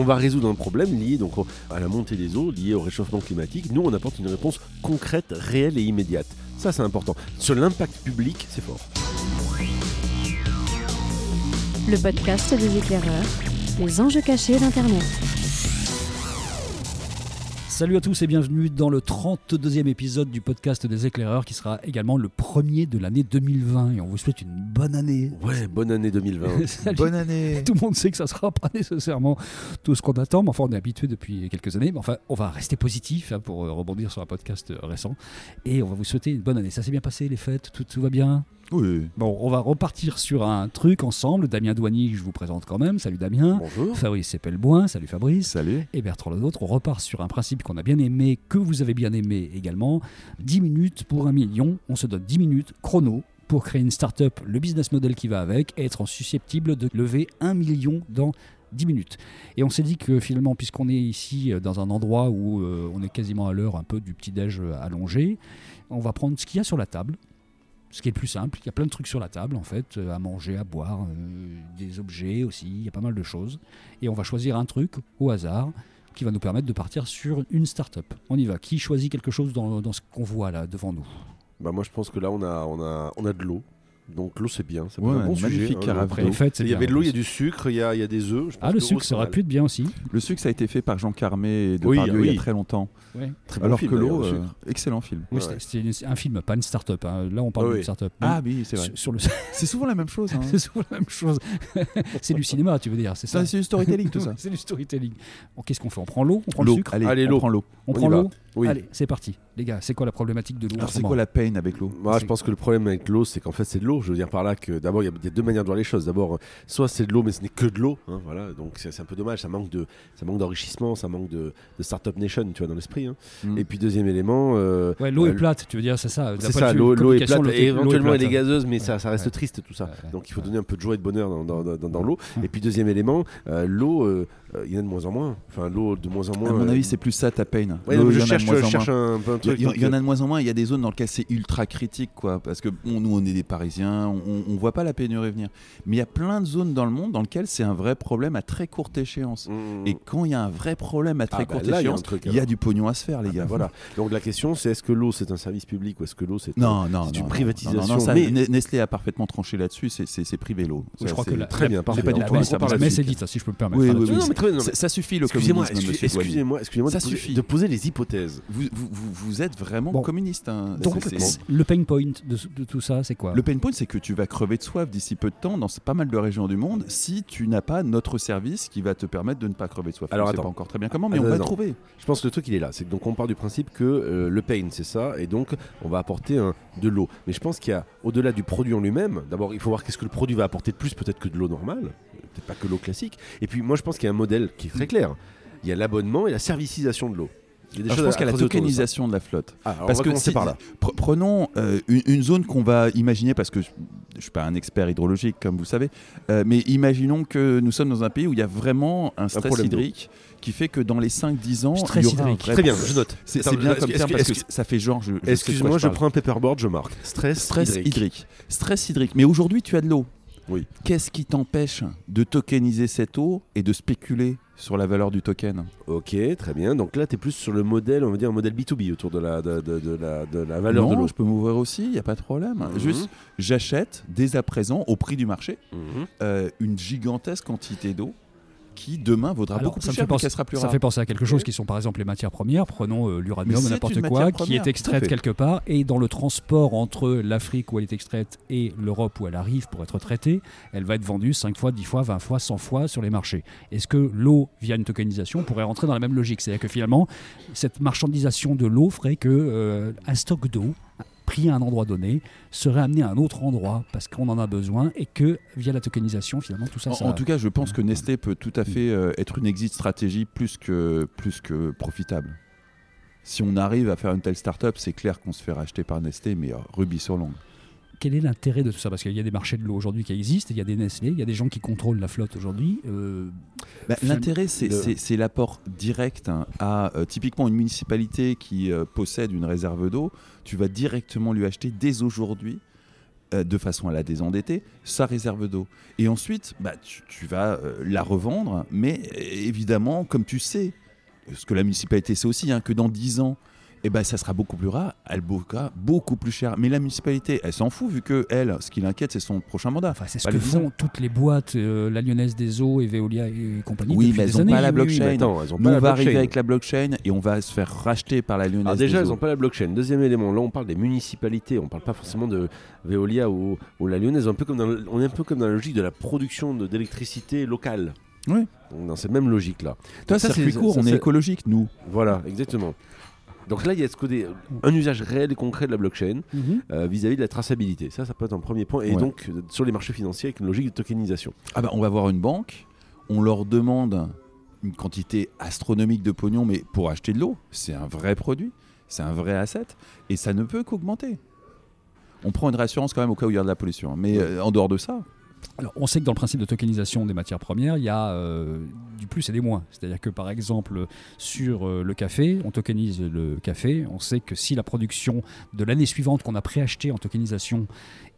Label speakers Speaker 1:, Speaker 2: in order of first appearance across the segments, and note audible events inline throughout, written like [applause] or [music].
Speaker 1: On va résoudre un problème lié donc au- à la montée des eaux, lié au réchauffement climatique. Nous, on apporte une réponse concrète, réelle et immédiate. Ça, c'est important. Sur l'impact public, c'est fort.
Speaker 2: Le podcast des éclaireurs, les enjeux cachés d'Internet.
Speaker 3: Salut à tous et bienvenue dans le 32e épisode du podcast des éclaireurs qui sera également le premier de l'année 2020 et on vous souhaite une bonne année.
Speaker 1: Ouais, bonne année
Speaker 3: [laughs]
Speaker 1: 2020.
Speaker 3: Salut.
Speaker 4: Oh, Bonne année
Speaker 3: Tout le monde sait que ça sera pas nécessairement tout ce qu'on attend, mais enfin on est habitué depuis quelques années, mais enfin on va rester positif hein, pour euh, rebondir sur un podcast euh, récent et on va vous souhaiter une bonne année. Ça s'est bien passé les fêtes, tout, tout va bien
Speaker 4: Oui.
Speaker 3: Bon, on va repartir sur un truc ensemble. Damien Douani, que je vous présente quand même. Salut Damien.
Speaker 1: Bonjour.
Speaker 3: Fabrice Cepelboin, salut Fabrice.
Speaker 4: Salut.
Speaker 3: et Bertrand Lenôtre, on repart sur un principe qu'on a bien aimé, que vous avez bien aimé également. 10 minutes pour un million, on se donne 10 minutes chrono pour créer une start-up, le business model qui va avec, et être susceptible de lever 1 million dans 10 minutes. Et on s'est dit que finalement, puisqu'on est ici euh, dans un endroit où euh, on est quasiment à l'heure un peu du petit-déj euh, allongé, on va prendre ce qu'il y a sur la table. Ce qui est le plus simple, il y a plein de trucs sur la table en fait, euh, à manger, à boire, euh, des objets aussi, il y a pas mal de choses. Et on va choisir un truc au hasard qui va nous permettre de partir sur une start-up. On y va. Qui choisit quelque chose dans, dans ce qu'on voit là devant nous
Speaker 1: Bah, moi, je pense que là, on a, on a, on a de l'eau. Donc, l'eau, c'est bien. C'est
Speaker 4: Ouais,
Speaker 1: un bon
Speaker 4: un
Speaker 1: sujet. hein,
Speaker 4: magnifique carafe
Speaker 1: l'eau.
Speaker 4: d'eau.
Speaker 3: fait, c'est
Speaker 1: Il y avait
Speaker 3: bien,
Speaker 1: de l'eau,
Speaker 3: en
Speaker 1: il y a
Speaker 3: plus.
Speaker 1: du sucre, il y a, il y a des œufs. Je pense
Speaker 3: Ah,
Speaker 1: que
Speaker 3: le sucre,
Speaker 1: l'eau, c'est
Speaker 3: ça aurait
Speaker 1: mal.
Speaker 3: pu être bien aussi.
Speaker 4: Le sucre, ça a été fait par Jean Carmé et de
Speaker 1: Oui,
Speaker 4: Pardieu il
Speaker 1: oui.
Speaker 4: y a très longtemps.
Speaker 1: Très bon
Speaker 4: Alors
Speaker 1: film,
Speaker 4: que
Speaker 1: d'ailleurs,
Speaker 4: l'eau,
Speaker 1: le
Speaker 4: euh,
Speaker 1: sucre.
Speaker 4: excellent film.
Speaker 1: Ouais.
Speaker 3: Oui, c'était- c'était une- un film, pas une start-up. hein. Là, on parle
Speaker 1: Ah oui.
Speaker 3: d'une start-up.
Speaker 4: Ah oui, c'est vrai.
Speaker 3: sur, sur le [laughs]
Speaker 4: C'est souvent la
Speaker 1: [laughs]
Speaker 4: même chose. hein.
Speaker 3: c'est souvent la même chose.
Speaker 1: euh,
Speaker 3: c'est du cinéma, tu veux dire, c'est ça
Speaker 4: Ça, c'est du
Speaker 1: [laughs]
Speaker 4: storytelling tout ça.
Speaker 3: [laughs] C'est du storytelling. Bon, Qu'est-ce qu'on fait On prend l'eau, on prend le sucre,
Speaker 4: allez,
Speaker 1: Allez, l'eau.
Speaker 4: on prend l'eau.
Speaker 3: on,
Speaker 1: on y
Speaker 3: prend
Speaker 1: va.
Speaker 3: l'eau.
Speaker 1: Oui.
Speaker 3: Allez, c'est parti. Les gars, c'est quoi la problématique de l'eau en
Speaker 4: Alors
Speaker 3: ce
Speaker 4: c'est
Speaker 3: moment
Speaker 4: quoi la peine avec l'eau
Speaker 1: Moi, je pense que le problème avec l'eau, c'est qu'en fait, c'est de l'eau. Je veux dire par là que d'abord, il y, a- il y a deux manières de voir les choses. D'abord, euh, soit c'est de l'eau, mais ce n'est que de l'eau. hein, voilà, donc c'est c'est un peu dommage. Ça manque de, ça manque d'enrichissement, ça manque de, de startup nation, tu vois, dans l'esprit. hein.
Speaker 4: Mm.
Speaker 1: Et puis deuxième élément, euh,
Speaker 3: Ouais, l'eau
Speaker 1: euh,
Speaker 3: est plate, tu veux dire, c'est ça. d'un
Speaker 1: C'est
Speaker 3: point de
Speaker 1: ça,
Speaker 3: vue
Speaker 1: l'eau l'eau est
Speaker 3: communication,
Speaker 1: plate
Speaker 3: l'eau
Speaker 1: et
Speaker 3: l'eau est
Speaker 1: éventuellement elle
Speaker 3: plate.
Speaker 1: est gazeuse, mais ça,
Speaker 3: Ouais,
Speaker 1: ça reste
Speaker 3: ouais.
Speaker 1: triste tout ça.
Speaker 3: Ouais, ouais.
Speaker 1: Donc il faut donner un peu de joie et de bonheur dans, dans, dans- dans l'eau. Et puis deuxième élément, euh, l'eau, euh, euh, il y en a de moins en moins. Enfin, l'eau de moins en moins.
Speaker 4: À mon
Speaker 1: euh,
Speaker 4: avis, c'est plus ça ta peine.
Speaker 1: ouais,
Speaker 4: L'eau,
Speaker 1: je
Speaker 4: il y en a de
Speaker 1: cherche,
Speaker 4: moins
Speaker 1: je
Speaker 4: en moins.
Speaker 1: cherche un peu un
Speaker 4: Il y-
Speaker 1: truc.
Speaker 4: il y, en
Speaker 1: donc,
Speaker 4: a de moins en moins. Il y a des zones dans lesquelles c'est ultra critique, quoi. Parce que bon, nous, on est des Parisiens, on, on voit pas la pénurie venir. Mais il y a plein de zones dans le monde dans lesquelles c'est un vrai problème à très courte échéance.
Speaker 1: euh,
Speaker 4: Et quand il y a un vrai problème à très
Speaker 1: Ah bah
Speaker 4: courte
Speaker 1: là, il y a un
Speaker 4: échéance,
Speaker 1: truc,
Speaker 4: il y a
Speaker 1: alors.
Speaker 4: du pognon à se faire, les
Speaker 1: Ah,
Speaker 4: gars. [laughs]
Speaker 1: voilà. Donc la question, c'est est-ce que l'eau c'est un service public ou est-ce que l'eau c'est
Speaker 4: Non, non,
Speaker 1: C'est
Speaker 4: non,
Speaker 1: une
Speaker 4: non,
Speaker 1: privatisation,
Speaker 4: non, non, ça,
Speaker 1: mais-
Speaker 4: Ne- Nestlé a parfaitement tranché là-dessus. C'est, c'est, c'est privé l'eau.
Speaker 3: Oui, je
Speaker 4: Ça,
Speaker 3: crois que
Speaker 4: c'est-
Speaker 3: la-
Speaker 1: très bien, parfait.
Speaker 4: j'ai pas du
Speaker 1: On
Speaker 4: tout
Speaker 1: va-
Speaker 4: dit
Speaker 1: on
Speaker 4: ça,
Speaker 1: parle
Speaker 4: mais
Speaker 3: Mais
Speaker 1: là-dessus.
Speaker 3: c'est dit, ça, si je peux me permettre.
Speaker 4: Oui,
Speaker 3: Enfin,
Speaker 4: oui,
Speaker 3: là-dessus.
Speaker 1: Non, mais très bien, non,
Speaker 4: Ça, ça suffit le
Speaker 1: Excusez-moi,
Speaker 4: communisme,
Speaker 1: excu-
Speaker 4: monsieur Douanier.
Speaker 1: excusez-moi, excusez-moi
Speaker 4: Ça
Speaker 1: de, poser-
Speaker 4: suffit.
Speaker 1: de poser les hypothèses.
Speaker 4: Vous, vous, vous- vous êtes vraiment
Speaker 3: Bon.
Speaker 4: communiste. hein.
Speaker 3: Donc,
Speaker 4: C'est- c'est-
Speaker 3: c'est- le pain point de, de tout ça, c'est quoi
Speaker 4: Le pain point, c'est que tu vas crever de soif d'ici peu de temps dans pas mal de régions du monde si tu n'as pas notre service qui va te permettre de ne pas crever de soif.
Speaker 1: Alors,
Speaker 4: on sait
Speaker 1: attends.
Speaker 4: pas encore très bien comment, mais
Speaker 1: Attends,
Speaker 4: on va
Speaker 1: attends.
Speaker 4: le trouver.
Speaker 1: Je pense que le truc il est là, c'est que donc on part du principe que euh, le pain c'est ça, et donc on va apporter un- de l'eau. Mais je pense qu'il y a au-delà du produit en lui-même, d'abord il faut voir qu'est-ce que le produit va apporter de plus, peut-être que de l'eau normale, euh, peut-être pas que l'eau classique. Et puis moi je pense qu'il y a un modèle qui est
Speaker 4: Mm.
Speaker 1: très clair. Il y a l'abonnement et la servicisation de l'eau. Il y a des
Speaker 4: Alors, Ah, je
Speaker 1: choses
Speaker 4: pense
Speaker 1: à-
Speaker 4: qu'il y
Speaker 1: à
Speaker 4: a la
Speaker 1: creuser autour de ça.
Speaker 4: tokenisation de la flotte.
Speaker 1: Ah, alors,
Speaker 4: Parce
Speaker 1: on va
Speaker 4: que
Speaker 1: commencer
Speaker 4: si-
Speaker 1: par là.
Speaker 4: Pre- Prenons euh, une, une zone qu'on va imaginer, parce que je ne suis pas un expert hydrologique, comme vous savez, euh, mais imaginons que nous sommes dans un pays où il y a vraiment un stress
Speaker 1: problème
Speaker 4: hydrique qui fait que dans les 5-10 ans,
Speaker 3: Stress
Speaker 4: il y aura un
Speaker 3: hydrique.
Speaker 4: vrai
Speaker 1: Très bien,
Speaker 4: problème.
Speaker 1: je note.
Speaker 4: C'est
Speaker 1: Attends,
Speaker 4: c'est bien
Speaker 1: est-ce
Speaker 4: comme
Speaker 1: que-
Speaker 4: terme
Speaker 1: est-ce
Speaker 4: parce
Speaker 1: que-
Speaker 4: que ça fait genre. je- je sais de quoi
Speaker 1: Excuse-moi, je,
Speaker 4: parle.
Speaker 1: prends un paperboard, je marque. Stress,
Speaker 4: Stress
Speaker 1: hydrique.
Speaker 4: hydrique. Stress hydrique. Mais aujourd'hui, tu as de l'eau.
Speaker 1: Oui.
Speaker 4: Qu'est-ce qui t'empêche de tokeniser cette eau et de spéculer sur la valeur du token
Speaker 1: Ok, très bien. Donc là, tu es plus sur le modèle, on va dire, modèle B2B autour de la, de, de- de la, de la valeur
Speaker 4: non,
Speaker 1: de l'eau.
Speaker 4: je peux m'ouvrir aussi, il n'y a pas de problème.
Speaker 1: Mhm.
Speaker 4: Juste, j'achète dès à présent, au prix du marché,
Speaker 1: Mhm.
Speaker 4: euh, une gigantesque quantité d'eau qui demain vaudra
Speaker 3: Alors,
Speaker 4: beaucoup
Speaker 3: ça
Speaker 4: plus
Speaker 3: me
Speaker 4: cher
Speaker 3: fait
Speaker 4: mais
Speaker 3: penser-
Speaker 4: qu'elle sera plus
Speaker 3: Ça
Speaker 4: rare.
Speaker 3: fait penser à quelque chose qui sont par exemple les matières premières, prenons euh,
Speaker 4: Mais
Speaker 3: l'uranium,
Speaker 4: c'est
Speaker 3: n'importe
Speaker 4: une
Speaker 3: quoi,
Speaker 4: matière
Speaker 3: qui est
Speaker 4: première,
Speaker 1: tout
Speaker 3: extraite
Speaker 1: à fait.
Speaker 3: quelque part, et dans le transport entre l'Afrique où elle est extraite et l'Europe où elle arrive pour être traitée, elle va être vendue 5 fois, 10 fois, 20 fois, 100 fois sur les marchés. Est-ce que l'eau, via une tokenisation, pourrait rentrer dans la même logique C'est-à-dire que finalement, cette marchandisation de l'eau ferait que euh, un stock d'eau pris à un endroit donné, serait amené à un autre endroit parce qu'on en a besoin et que via la tokenisation finalement tout ça,
Speaker 4: En-
Speaker 3: ça
Speaker 4: en, tout cas, je pense que Nestlé peut tout à fait euh, être une exit stratégie plus que, plus que profitable. Si on arrive à faire une telle start-up, c'est clair qu'on se fait racheter par Nestlé, mais euh, rubis sur l'ongle.
Speaker 3: quel est l'intérêt de tout ça Parce qu'il y a des marchés de l'eau aujourd'hui qui existent, il y a des Nestlé, il y a des gens qui contrôlent la flotte aujourd'hui. Euh,
Speaker 4: Bah,
Speaker 3: Finalement,
Speaker 4: L'intérêt, c'est-
Speaker 1: le-
Speaker 4: c'est c'est l'apport direct hein, à euh, typiquement une municipalité qui euh, possède une réserve d'eau. Tu vas directement lui acheter dès aujourd'hui euh, de façon à la désendetter, sa réserve d'eau. Et ensuite, bah, tu, tu vas euh, la revendre, mais euh, évidemment, comme tu sais, ce que la municipalité sait aussi, hein, que dans 10 ans, eh ben, ça sera beaucoup plus rare, elle coûtera beaucoup plus cher. Mais la municipalité, elle s'en fout, vu que elle, ce qui l'inquiète, c'est son prochain mandat.
Speaker 3: Enfin, c'est ce
Speaker 4: Pas
Speaker 3: que
Speaker 4: les
Speaker 3: font toutes les boîtes, euh, la Lyonnaise des Eaux et Veolia et compagnie.
Speaker 4: Oui,
Speaker 3: depuis
Speaker 4: mais
Speaker 3: des
Speaker 4: elles ont
Speaker 3: années.
Speaker 4: pas la
Speaker 3: Oui, oui,
Speaker 4: blockchain.
Speaker 3: oui.
Speaker 1: Attends, elles ont
Speaker 4: Nous,
Speaker 1: pas la
Speaker 4: on va arriver
Speaker 1: blockchain.
Speaker 4: avec la blockchain et on va se faire racheter par la Lyonnaise.
Speaker 1: Alors Ah, déjà,
Speaker 4: des
Speaker 1: elles
Speaker 4: Eaux.
Speaker 1: n'ont pas la blockchain. Deuxième élément, là on parle des municipalités, on parle pas forcément de Veolia ou, ou la Lyonnaise. Un peu comme dans le- on est un peu comme dans la logique de la production de- d'électricité locale.
Speaker 4: Oui.
Speaker 1: Donc, dans cette même logique là.
Speaker 4: Toi,
Speaker 1: Ça,
Speaker 4: circuit
Speaker 1: c'est-
Speaker 4: court,
Speaker 1: ça,
Speaker 4: on est
Speaker 1: c'est-
Speaker 4: écologique, nous.
Speaker 1: Voilà, exactement. Donc là, il y a ce côté, euh, un usage réel et concret de la blockchain
Speaker 3: Mhm.
Speaker 1: euh, vis-à-vis de la traçabilité. Ça, ça peut être un premier point. Et
Speaker 4: Ouais.
Speaker 1: donc, euh, sur les marchés financiers, avec une logique de tokenisation.
Speaker 4: Ah bah, on va voir une banque, on leur demande une quantité astronomique de pognon, mais pour acheter de l'eau, c'est un vrai produit, c'est un vrai asset, et ça ne peut qu'augmenter. On prend une réassurance quand même au cas où il y a de la pollution, hein, mais euh, en dehors de ça,
Speaker 3: Alors, on sait que dans le principe de tokenisation des matières premières, il y a euh, du plus et des moins. C'est-à-dire que, par exemple, sur euh, le café, on tokenise le café. On sait que si la production de l'année suivante qu'on a préacheté en tokenisation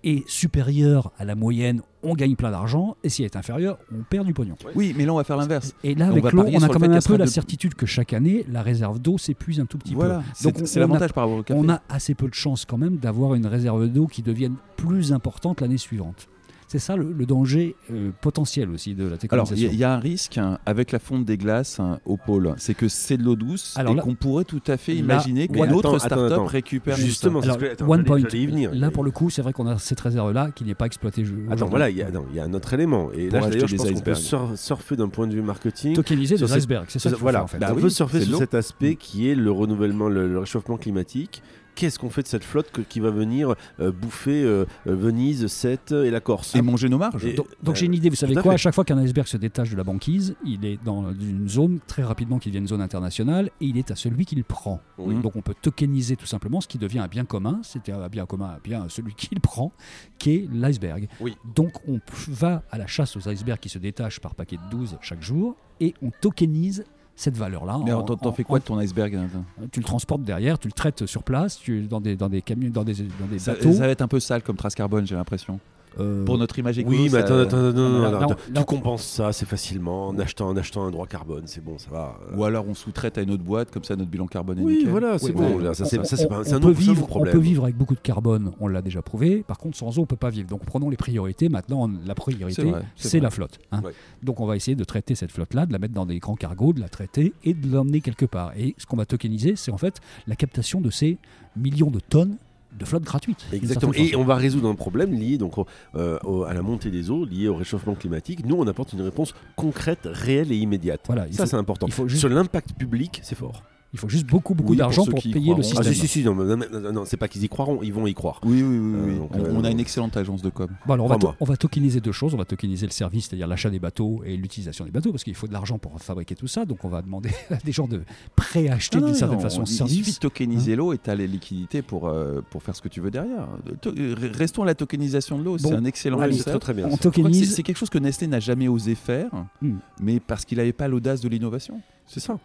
Speaker 3: est supérieure à la moyenne, on gagne plein d'argent. Et si elle est inférieure, on perd du pognon.
Speaker 4: oui, mais là on va faire l'inverse.
Speaker 3: Et là,
Speaker 4: On
Speaker 3: avec
Speaker 4: va
Speaker 3: l'eau, on
Speaker 4: parier
Speaker 3: a
Speaker 4: sur le
Speaker 3: quand
Speaker 4: fait
Speaker 3: même un
Speaker 4: qu'elle sera
Speaker 3: peu la
Speaker 4: de-
Speaker 3: certitude que chaque année, la réserve d'eau s'épuise un tout petit peu.
Speaker 4: Voilà,
Speaker 3: Donc, on-
Speaker 4: c'est c'est
Speaker 3: on a-
Speaker 4: l'avantage par rapport au café.
Speaker 3: On a assez peu de chance quand même d'avoir une réserve d'eau qui devienne plus importante l'année suivante. C'est ça le, le danger euh, potentiel aussi de la
Speaker 4: Alors, il y,
Speaker 3: technologie.
Speaker 4: a- il y a un risque hein, avec la fonte des glaces hein, au pôle, c'est que c'est de l'eau douce
Speaker 3: Alors
Speaker 4: et
Speaker 3: là-
Speaker 4: qu'on pourrait tout à fait
Speaker 3: Là-
Speaker 4: imaginer
Speaker 3: Ouais,
Speaker 4: qu'une
Speaker 3: attends,
Speaker 4: autre
Speaker 1: attends,
Speaker 4: start-up
Speaker 1: attends.
Speaker 4: récupère tout ça.
Speaker 1: Justement, c'est ce que- attends, j'allais-
Speaker 3: one point.
Speaker 1: j'allais y venir.
Speaker 3: Là, pour le coup, c'est vrai qu'on a cette réserve-là qui n'est pas exploitée. je-
Speaker 1: Attends,
Speaker 3: aujourd'hui.
Speaker 1: voilà, il y, a- non, il y a un autre élément. Et
Speaker 4: Pour
Speaker 1: là,
Speaker 4: acheter
Speaker 1: d'ailleurs, je
Speaker 4: des
Speaker 1: pense qu'on peut
Speaker 4: icebergs.
Speaker 1: sur- surfer d'un point de vue marketing.
Speaker 3: Tokeniser
Speaker 1: Sur
Speaker 3: des
Speaker 1: ces-
Speaker 3: icebergs, c'est ça qu'il faut
Speaker 1: voilà,
Speaker 3: faire, en fait.
Speaker 4: Bah
Speaker 1: on
Speaker 4: oui,
Speaker 1: peut surfer
Speaker 4: c'est
Speaker 1: sur
Speaker 4: l'eau.
Speaker 1: cet aspect qui est le renouvellement, le, le réchauffement climatique. Qu'est-ce qu'on fait de cette flotte que- qui va venir euh, bouffer euh, euh, Venise, Sète et la Corse
Speaker 4: Et manger nos marges.
Speaker 1: Et-
Speaker 3: Donc, donc
Speaker 1: euh,
Speaker 3: j'ai une idée, vous savez
Speaker 1: tout à
Speaker 3: quoi
Speaker 1: fait.
Speaker 3: À chaque fois qu'un iceberg se détache de la banquise, il est dans une zone très rapidement qui devient une zone internationale et il est à celui qui le prend.
Speaker 1: Oui.
Speaker 3: Donc on peut tokeniser tout simplement ce qui devient un bien commun, c'était un bien commun, un bien à celui qui le [laughs] prend, qui est l'iceberg.
Speaker 1: Oui.
Speaker 3: Donc on p- va à la chasse aux icebergs qui se détachent par paquet de 12 chaque jour et on tokenise cette valeur-là.
Speaker 4: Mais
Speaker 3: en-
Speaker 4: alors, t'en- t'en
Speaker 3: en-
Speaker 4: fais quoi de ton iceberg hein, Nathan
Speaker 3: en- Tu le transportes derrière, tu le traites sur place, tu dans des dans des camions, dans des, dans des
Speaker 4: ça,
Speaker 3: bateaux.
Speaker 4: ça va être un peu sale comme trace carbone, j'ai l'impression.
Speaker 3: Euh,
Speaker 4: Pour notre image écolo,
Speaker 1: Oui, Ah, mais
Speaker 4: ça-
Speaker 1: attends, attends, attends, non,
Speaker 3: non,
Speaker 1: non,
Speaker 3: non,
Speaker 1: attends.
Speaker 3: non.
Speaker 1: tu compenses ça assez facilement en achetant, en achetant un droit carbone, c'est bon, ça va.
Speaker 4: Ou alors on sous-traite à une autre boîte, comme ça notre bilan carbone est
Speaker 1: oui,
Speaker 4: nickel.
Speaker 1: voilà, c'est
Speaker 3: Oui,
Speaker 1: bon.
Speaker 3: voilà.
Speaker 1: là, ça,
Speaker 3: On-
Speaker 1: c'est, ça, c'est
Speaker 3: on-
Speaker 1: pas un-
Speaker 3: on
Speaker 1: c'est un
Speaker 3: peut
Speaker 1: autre- c'est un autre
Speaker 3: vivre, on
Speaker 1: problème.
Speaker 3: peut vivre avec beaucoup de carbone, on l'a déjà prouvé. Par contre, sans eau, on peut pas vivre. Donc, prenons les priorités. Maintenant, on- la
Speaker 4: C'est
Speaker 3: priorité,
Speaker 4: vrai, c'est
Speaker 3: c'est
Speaker 4: vrai.
Speaker 3: la flotte. hein.
Speaker 1: Ouais.
Speaker 3: Donc, on va essayer de traiter cette flotte-là, de la mettre dans des grands cargos, de la traiter et de l'emmener quelque part. Et ce qu'on va tokeniser, c'est en fait la captation de ces millions de tonnes de flotte gratuite. d'une
Speaker 1: Exactement.
Speaker 3: certaine
Speaker 1: Et on va résoudre un problème lié donc au- euh, au- à la montée des eaux, lié au réchauffement climatique. Nous, on apporte une réponse concrète, réelle et immédiate.
Speaker 3: Voilà, il
Speaker 1: ça,
Speaker 3: faut-
Speaker 1: c'est important.
Speaker 3: il faut juste-
Speaker 1: Sur l'impact public, c'est fort.
Speaker 3: Il faut juste beaucoup, beaucoup
Speaker 4: Oui, pour
Speaker 3: d'argent
Speaker 4: ceux
Speaker 3: pour,
Speaker 4: qui y
Speaker 3: payer le
Speaker 4: croiront.
Speaker 1: Ah,
Speaker 3: système.
Speaker 1: si, si, si, non, mais- non, mais- non, non, c'est pas qu'ils y croiront, ils vont y croire.
Speaker 4: Oui, oui, oui.
Speaker 1: Euh,
Speaker 4: oui.
Speaker 1: donc,
Speaker 4: on,
Speaker 1: euh,
Speaker 4: on a
Speaker 1: non.
Speaker 4: une excellente agence de com.
Speaker 3: Bon, alors on, va
Speaker 1: Enfin,
Speaker 3: to-
Speaker 1: moi.
Speaker 3: on va tokeniser deux choses. On va tokeniser le service, c'est-à-dire l'achat des bateaux et l'utilisation des bateaux, parce qu'il faut de l'argent pour fabriquer tout ça. Donc on va demander [laughs] à des gens de préacheter
Speaker 4: Ah Non,
Speaker 3: d'une
Speaker 4: non,
Speaker 3: certaine
Speaker 4: non,
Speaker 3: façon
Speaker 4: on-
Speaker 3: ce
Speaker 4: Il suffit
Speaker 3: service.
Speaker 4: de
Speaker 1: hein.
Speaker 4: tokeniser l'eau et t'as les liquidités pour, euh, pour faire ce que tu veux derrière. To- euh, Restons à la tokenisation de l'eau, c'est
Speaker 3: Bon,
Speaker 4: un excellent
Speaker 1: Ouais,
Speaker 3: allez,
Speaker 1: c'est
Speaker 4: concept.
Speaker 1: très très bien.
Speaker 3: On
Speaker 1: ça.
Speaker 4: Je crois que c'est-
Speaker 3: tokenise.
Speaker 4: C'est quelque chose que Nestlé n'a jamais osé faire,
Speaker 3: Hmm.
Speaker 4: mais parce qu'il n'avait pas l'audace de l'innovation.
Speaker 1: C'est ça.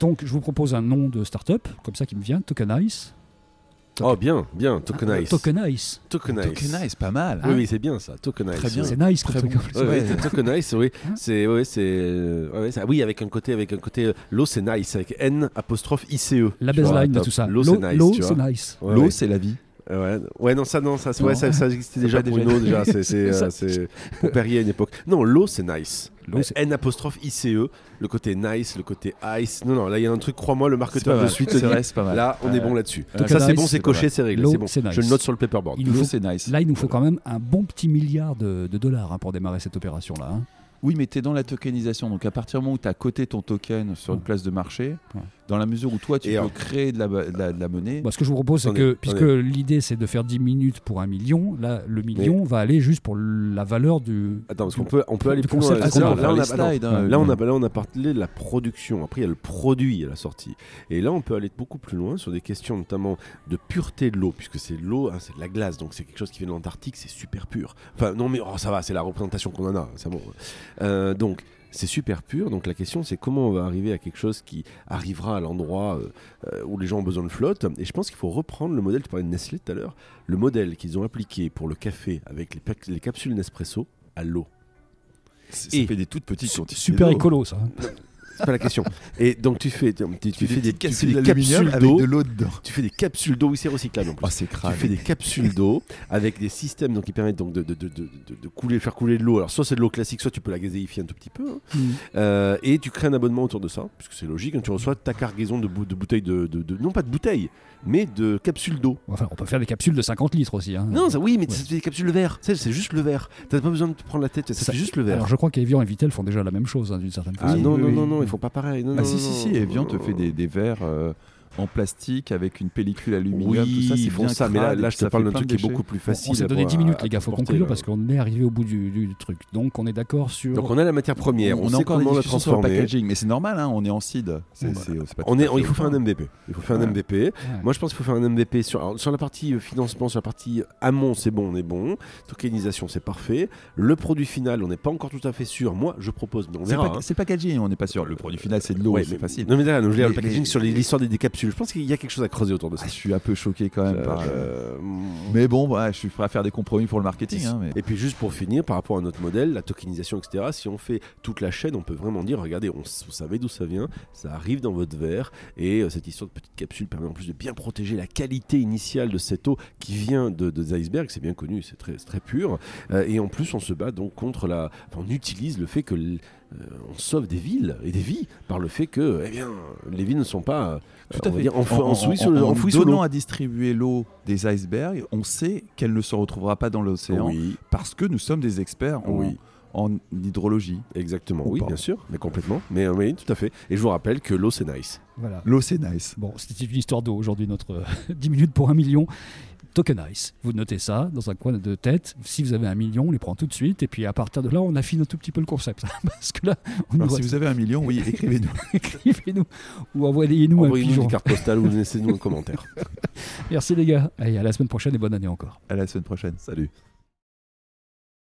Speaker 3: Donc je vous propose un nom de start-up, comme ça qui me vient, Tokenize.
Speaker 1: Oh, bien, bien. Tokenize.
Speaker 3: Tokenize. Ah.
Speaker 1: Tokenize.
Speaker 4: Tokenize, pas mal. hein.
Speaker 1: Oui, oui, c'est bien ça. Tokenize.
Speaker 4: Très bien.
Speaker 1: oui.
Speaker 3: C'est nice comme
Speaker 4: Très
Speaker 3: truc.
Speaker 4: bon.
Speaker 1: Ouais, ouais,
Speaker 4: Ouais.
Speaker 1: c'est tokenize, oui. C'est, ouais, c'est, euh, ouais, ça- oui, avec un côté, avec un côté, euh, l'eau c'est nice, avec N apostrophe ICE.
Speaker 3: La
Speaker 1: tu vois,
Speaker 3: baseline de
Speaker 1: top.
Speaker 3: tout ça.
Speaker 1: L'eau c'est nice,
Speaker 3: l'eau,
Speaker 1: tu
Speaker 3: c'est
Speaker 1: vois.
Speaker 3: nice.
Speaker 1: Ouais,
Speaker 4: l'eau,
Speaker 1: ouais.
Speaker 4: c'est la vie.
Speaker 1: Ouais, ouais, non, ça, non, ça,
Speaker 3: Non.
Speaker 1: ouais, ça, ça existait déjà
Speaker 4: pas
Speaker 1: pour
Speaker 4: déjà.
Speaker 1: une eau, déjà. C'est, c'est,
Speaker 3: Ça-
Speaker 1: euh, c'est pour Perrier à une époque. Non, l'eau, c'est nice.
Speaker 3: L'eau,
Speaker 1: Euh,
Speaker 3: c'est-
Speaker 1: N apostrophe ICE, le côté nice, le côté ice. Non, non, là, il y a un truc, crois-moi, le
Speaker 4: C'est pas
Speaker 1: marketeur de
Speaker 4: mal.
Speaker 1: suite
Speaker 4: C'est
Speaker 1: le
Speaker 4: vrai,
Speaker 1: dit.
Speaker 4: c'est pas mal.
Speaker 1: Là, on est
Speaker 4: Ouais.
Speaker 1: bon là-dessus.
Speaker 3: Donc,
Speaker 1: ça, c'est
Speaker 3: nice,
Speaker 1: bon,
Speaker 3: c'est
Speaker 1: c'est coché, c'est réglé.
Speaker 3: L'eau,
Speaker 1: C'est bon.
Speaker 3: c'est nice.
Speaker 1: Je le note sur le paperboard.
Speaker 3: Il nous
Speaker 4: L'eau,
Speaker 3: faut-
Speaker 4: c'est nice.
Speaker 3: Là, il nous faut quand même un bon petit milliard de, de dollars hein, pour démarrer cette opération-là. hein.
Speaker 4: Oui, mais tu es dans la tokenisation. Donc, à partir du moment où tu as coté ton token sur une place de marché,
Speaker 3: Ouais. Bah,
Speaker 4: dans la mesure où toi, tu
Speaker 1: Et
Speaker 4: peux
Speaker 1: alors-
Speaker 4: créer de la, de la- de la monnaie.
Speaker 3: Bon, ce que je vous propose, c'est
Speaker 1: Attendez,
Speaker 3: que puisque l'idée c'est de faire 10 minutes pour un million, là le million va aller juste pour la valeur du.
Speaker 1: Attends, parce
Speaker 3: du-
Speaker 1: qu'on peut, on peut aller
Speaker 3: du
Speaker 1: plus loin.
Speaker 3: concept
Speaker 1: Là,
Speaker 3: qu'on
Speaker 1: là,
Speaker 3: peut
Speaker 1: on
Speaker 4: faire
Speaker 1: a-
Speaker 4: les
Speaker 1: attends,
Speaker 4: slides, hein,
Speaker 1: Là, on
Speaker 4: euh,
Speaker 1: a, là, on a parlé de la production. Après, il y a le produit à la sortie. Et là, on peut aller beaucoup plus loin sur des questions notamment de pureté de l'eau, puisque c'est l'eau, hein, c'est de la glace, donc c'est quelque chose qui vient de l'Antarctique, c'est super pur. Enfin, non, mais oh, ça va, c'est la représentation qu'on en a, c'est bon. hein, Euh, donc, c'est super pur. Donc la question, c'est comment on va arriver à quelque chose qui arrivera à l'endroit euh, euh, où les gens ont besoin de flotte. Et je pense qu'il faut reprendre le modèle, tu parlais de Nestlé tout à l'heure, le modèle qu'ils ont appliqué pour le café avec les, pac- les capsules Nespresso à l'eau.
Speaker 4: Ça
Speaker 1: Et-
Speaker 4: fait des toutes petites
Speaker 3: Su-
Speaker 4: quantités
Speaker 3: Super
Speaker 4: d'eau.
Speaker 3: écolo ça. hein.
Speaker 1: C'est pas la question. Et donc tu fais, tu, tu
Speaker 4: Tu
Speaker 1: fais des, tu fais
Speaker 4: capsules
Speaker 1: des
Speaker 4: d'aluminium
Speaker 1: capsules
Speaker 4: avec
Speaker 1: d'eau.
Speaker 4: de l'eau dedans.
Speaker 1: Tu fais des capsules d'eau, oui, c'est recyclable en plus.
Speaker 4: Oh, c'est
Speaker 1: Tu
Speaker 4: crade.
Speaker 1: fais des capsules d'eau avec des systèmes donc, qui permettent donc de, de, de- de- de- de couler, faire couler de l'eau. Alors, soit c'est de l'eau classique, soit tu peux la gazéifier un tout petit peu. hein. Euh, et tu crées un abonnement autour de ça, puisque c'est logique. hein, tu reçois ta cargaison de, bou- de bouteilles de, de- de- Non, pas de bouteilles, mais de capsules d'eau.
Speaker 3: Enfin, on peut faire des capsules de 50 litres aussi. hein.
Speaker 1: Non, ça, oui, mais
Speaker 3: Ouais.
Speaker 1: c'est des capsules de verre. Ça, C'est juste le verre. T'as pas besoin de te prendre la tête, ça,
Speaker 3: Ça-
Speaker 1: c'est juste le verre.
Speaker 3: Alors je crois qu'Evian et Vitel font déjà la même chose hein, d'une certaine
Speaker 1: Ah
Speaker 3: façon.
Speaker 4: oui,
Speaker 1: non,
Speaker 4: oui,
Speaker 1: non,
Speaker 4: oui.
Speaker 1: non, non, ils font pas pareil. Non,
Speaker 4: Ah
Speaker 1: non,
Speaker 4: si,
Speaker 1: non,
Speaker 4: si,
Speaker 1: non.
Speaker 4: si, Evian te fait des, des verres euh, en plastique avec une pellicule aluminium,
Speaker 1: Oui,
Speaker 4: tout ça, c'est
Speaker 1: ils font
Speaker 4: bien
Speaker 1: ça, mais là,
Speaker 4: crade
Speaker 1: là
Speaker 4: et
Speaker 1: je te
Speaker 4: ça
Speaker 1: parle
Speaker 4: fait
Speaker 1: d'un
Speaker 4: plein
Speaker 1: truc qui
Speaker 4: de
Speaker 1: est
Speaker 4: déchets.
Speaker 1: beaucoup plus
Speaker 3: On
Speaker 1: facile.
Speaker 3: on s'est
Speaker 1: à-
Speaker 3: donné 10
Speaker 1: à-
Speaker 3: minutes,
Speaker 1: à
Speaker 3: les gars, faut
Speaker 1: porter,
Speaker 3: conclure
Speaker 1: là.
Speaker 3: parce qu'on est arrivé au bout du, du truc. Donc on est d'accord sur.
Speaker 1: Donc, on a la matière première, on,
Speaker 4: On, a
Speaker 1: sait
Speaker 4: encore des
Speaker 1: comment la
Speaker 4: discussions sur le
Speaker 1: transformer.
Speaker 4: packaging, mais c'est normal, hein, on est en CID. C'est-
Speaker 3: Ouais.
Speaker 4: c'est- c'est pas tout
Speaker 1: On est,
Speaker 4: à fait
Speaker 1: il faut faire
Speaker 4: autant.
Speaker 1: un MVP. Il faut faire un
Speaker 4: Ouais.
Speaker 1: MVP.
Speaker 3: Ouais.
Speaker 1: Moi, je pense qu'il faut faire un MVP sur, alors, sur la partie euh, financement, sur la partie euh, amont, c'est bon, on est bon. Tokenisation, c'est parfait. Le produit final, on n'est pas encore tout à fait sûr. Moi, je propose, mais on
Speaker 4: C'est le
Speaker 1: verra.
Speaker 4: pack-
Speaker 1: hein.
Speaker 4: c'est le packaging, on n'est pas sûr. Le produit final, c'est de l'eau,
Speaker 1: Ouais,
Speaker 4: c'est
Speaker 1: mais-
Speaker 4: facile.
Speaker 1: Non, mais là, non, je veux dire, le
Speaker 4: Mais-
Speaker 1: packaging
Speaker 4: mais-
Speaker 1: sur les- l'histoire des, des capsules, je pense qu'il y a quelque chose à creuser autour de
Speaker 4: Ah,
Speaker 1: ça.
Speaker 4: je suis un peu choqué quand même.
Speaker 1: Euh,
Speaker 4: par, euh,
Speaker 1: euh,
Speaker 4: Mais bon, bah, je suis prêt à faire des compromis pour le marketing. hein, mais-
Speaker 1: Et puis juste pour finir, par rapport à notre modèle, la tokenisation, etc., si on fait toute la chaîne, on peut vraiment dire, regardez, on, s- vous savez d'où ça vient, ça arrive dans votre verre, et euh, cette histoire de petite capsule permet en plus de bien protéger la qualité initiale de cette eau qui vient de, de- des icebergs, c'est bien connu, c'est très, c'est très pur, Euh, et en plus on se bat donc contre la... enfin, on utilise le fait que... l- euh, on sauve des villes et des vies par le fait que eh bien, les villes ne sont pas euh,
Speaker 4: Tout
Speaker 1: on
Speaker 4: à
Speaker 1: va
Speaker 4: fait.
Speaker 1: dire, enfou-
Speaker 4: En- en-
Speaker 1: enfouies sur le-
Speaker 4: en
Speaker 1: enfouies sur
Speaker 4: donnant
Speaker 1: l'eau.
Speaker 4: à distribuer l'eau des icebergs, on sait qu'elle ne se retrouvera pas dans l'océan
Speaker 1: Oui,
Speaker 4: parce que nous sommes des experts en-
Speaker 1: oui.
Speaker 4: en hydrologie.
Speaker 1: Exactement,
Speaker 4: Ou
Speaker 1: oui,
Speaker 4: pas.
Speaker 1: bien sûr, mais complètement. Mais euh, oui, tout à fait. Et je vous rappelle que l'eau, c'est nice.
Speaker 3: Voilà.
Speaker 4: L'eau, c'est nice.
Speaker 3: Bon, c'était une histoire d'eau aujourd'hui, notre [laughs] euh, 10 minutes pour un million. Tokenize. Vous notez ça dans un coin de tête. Si vous avez un million, on les prend tout de suite. Et puis à partir de là, on affine un tout petit peu le concept. [laughs] Parce que là, on
Speaker 4: Alors,
Speaker 3: nous
Speaker 4: si vous avez un million, oui, écrivez-nous.
Speaker 3: écrivez-nous ou envoyez-nous un
Speaker 1: Envoyez-nous
Speaker 3: pigeon.
Speaker 1: une carte postale ou laissez-nous un commentaire.
Speaker 3: Merci les gars. Allez, à la semaine prochaine et bonne année encore.
Speaker 4: À la semaine prochaine. Salut.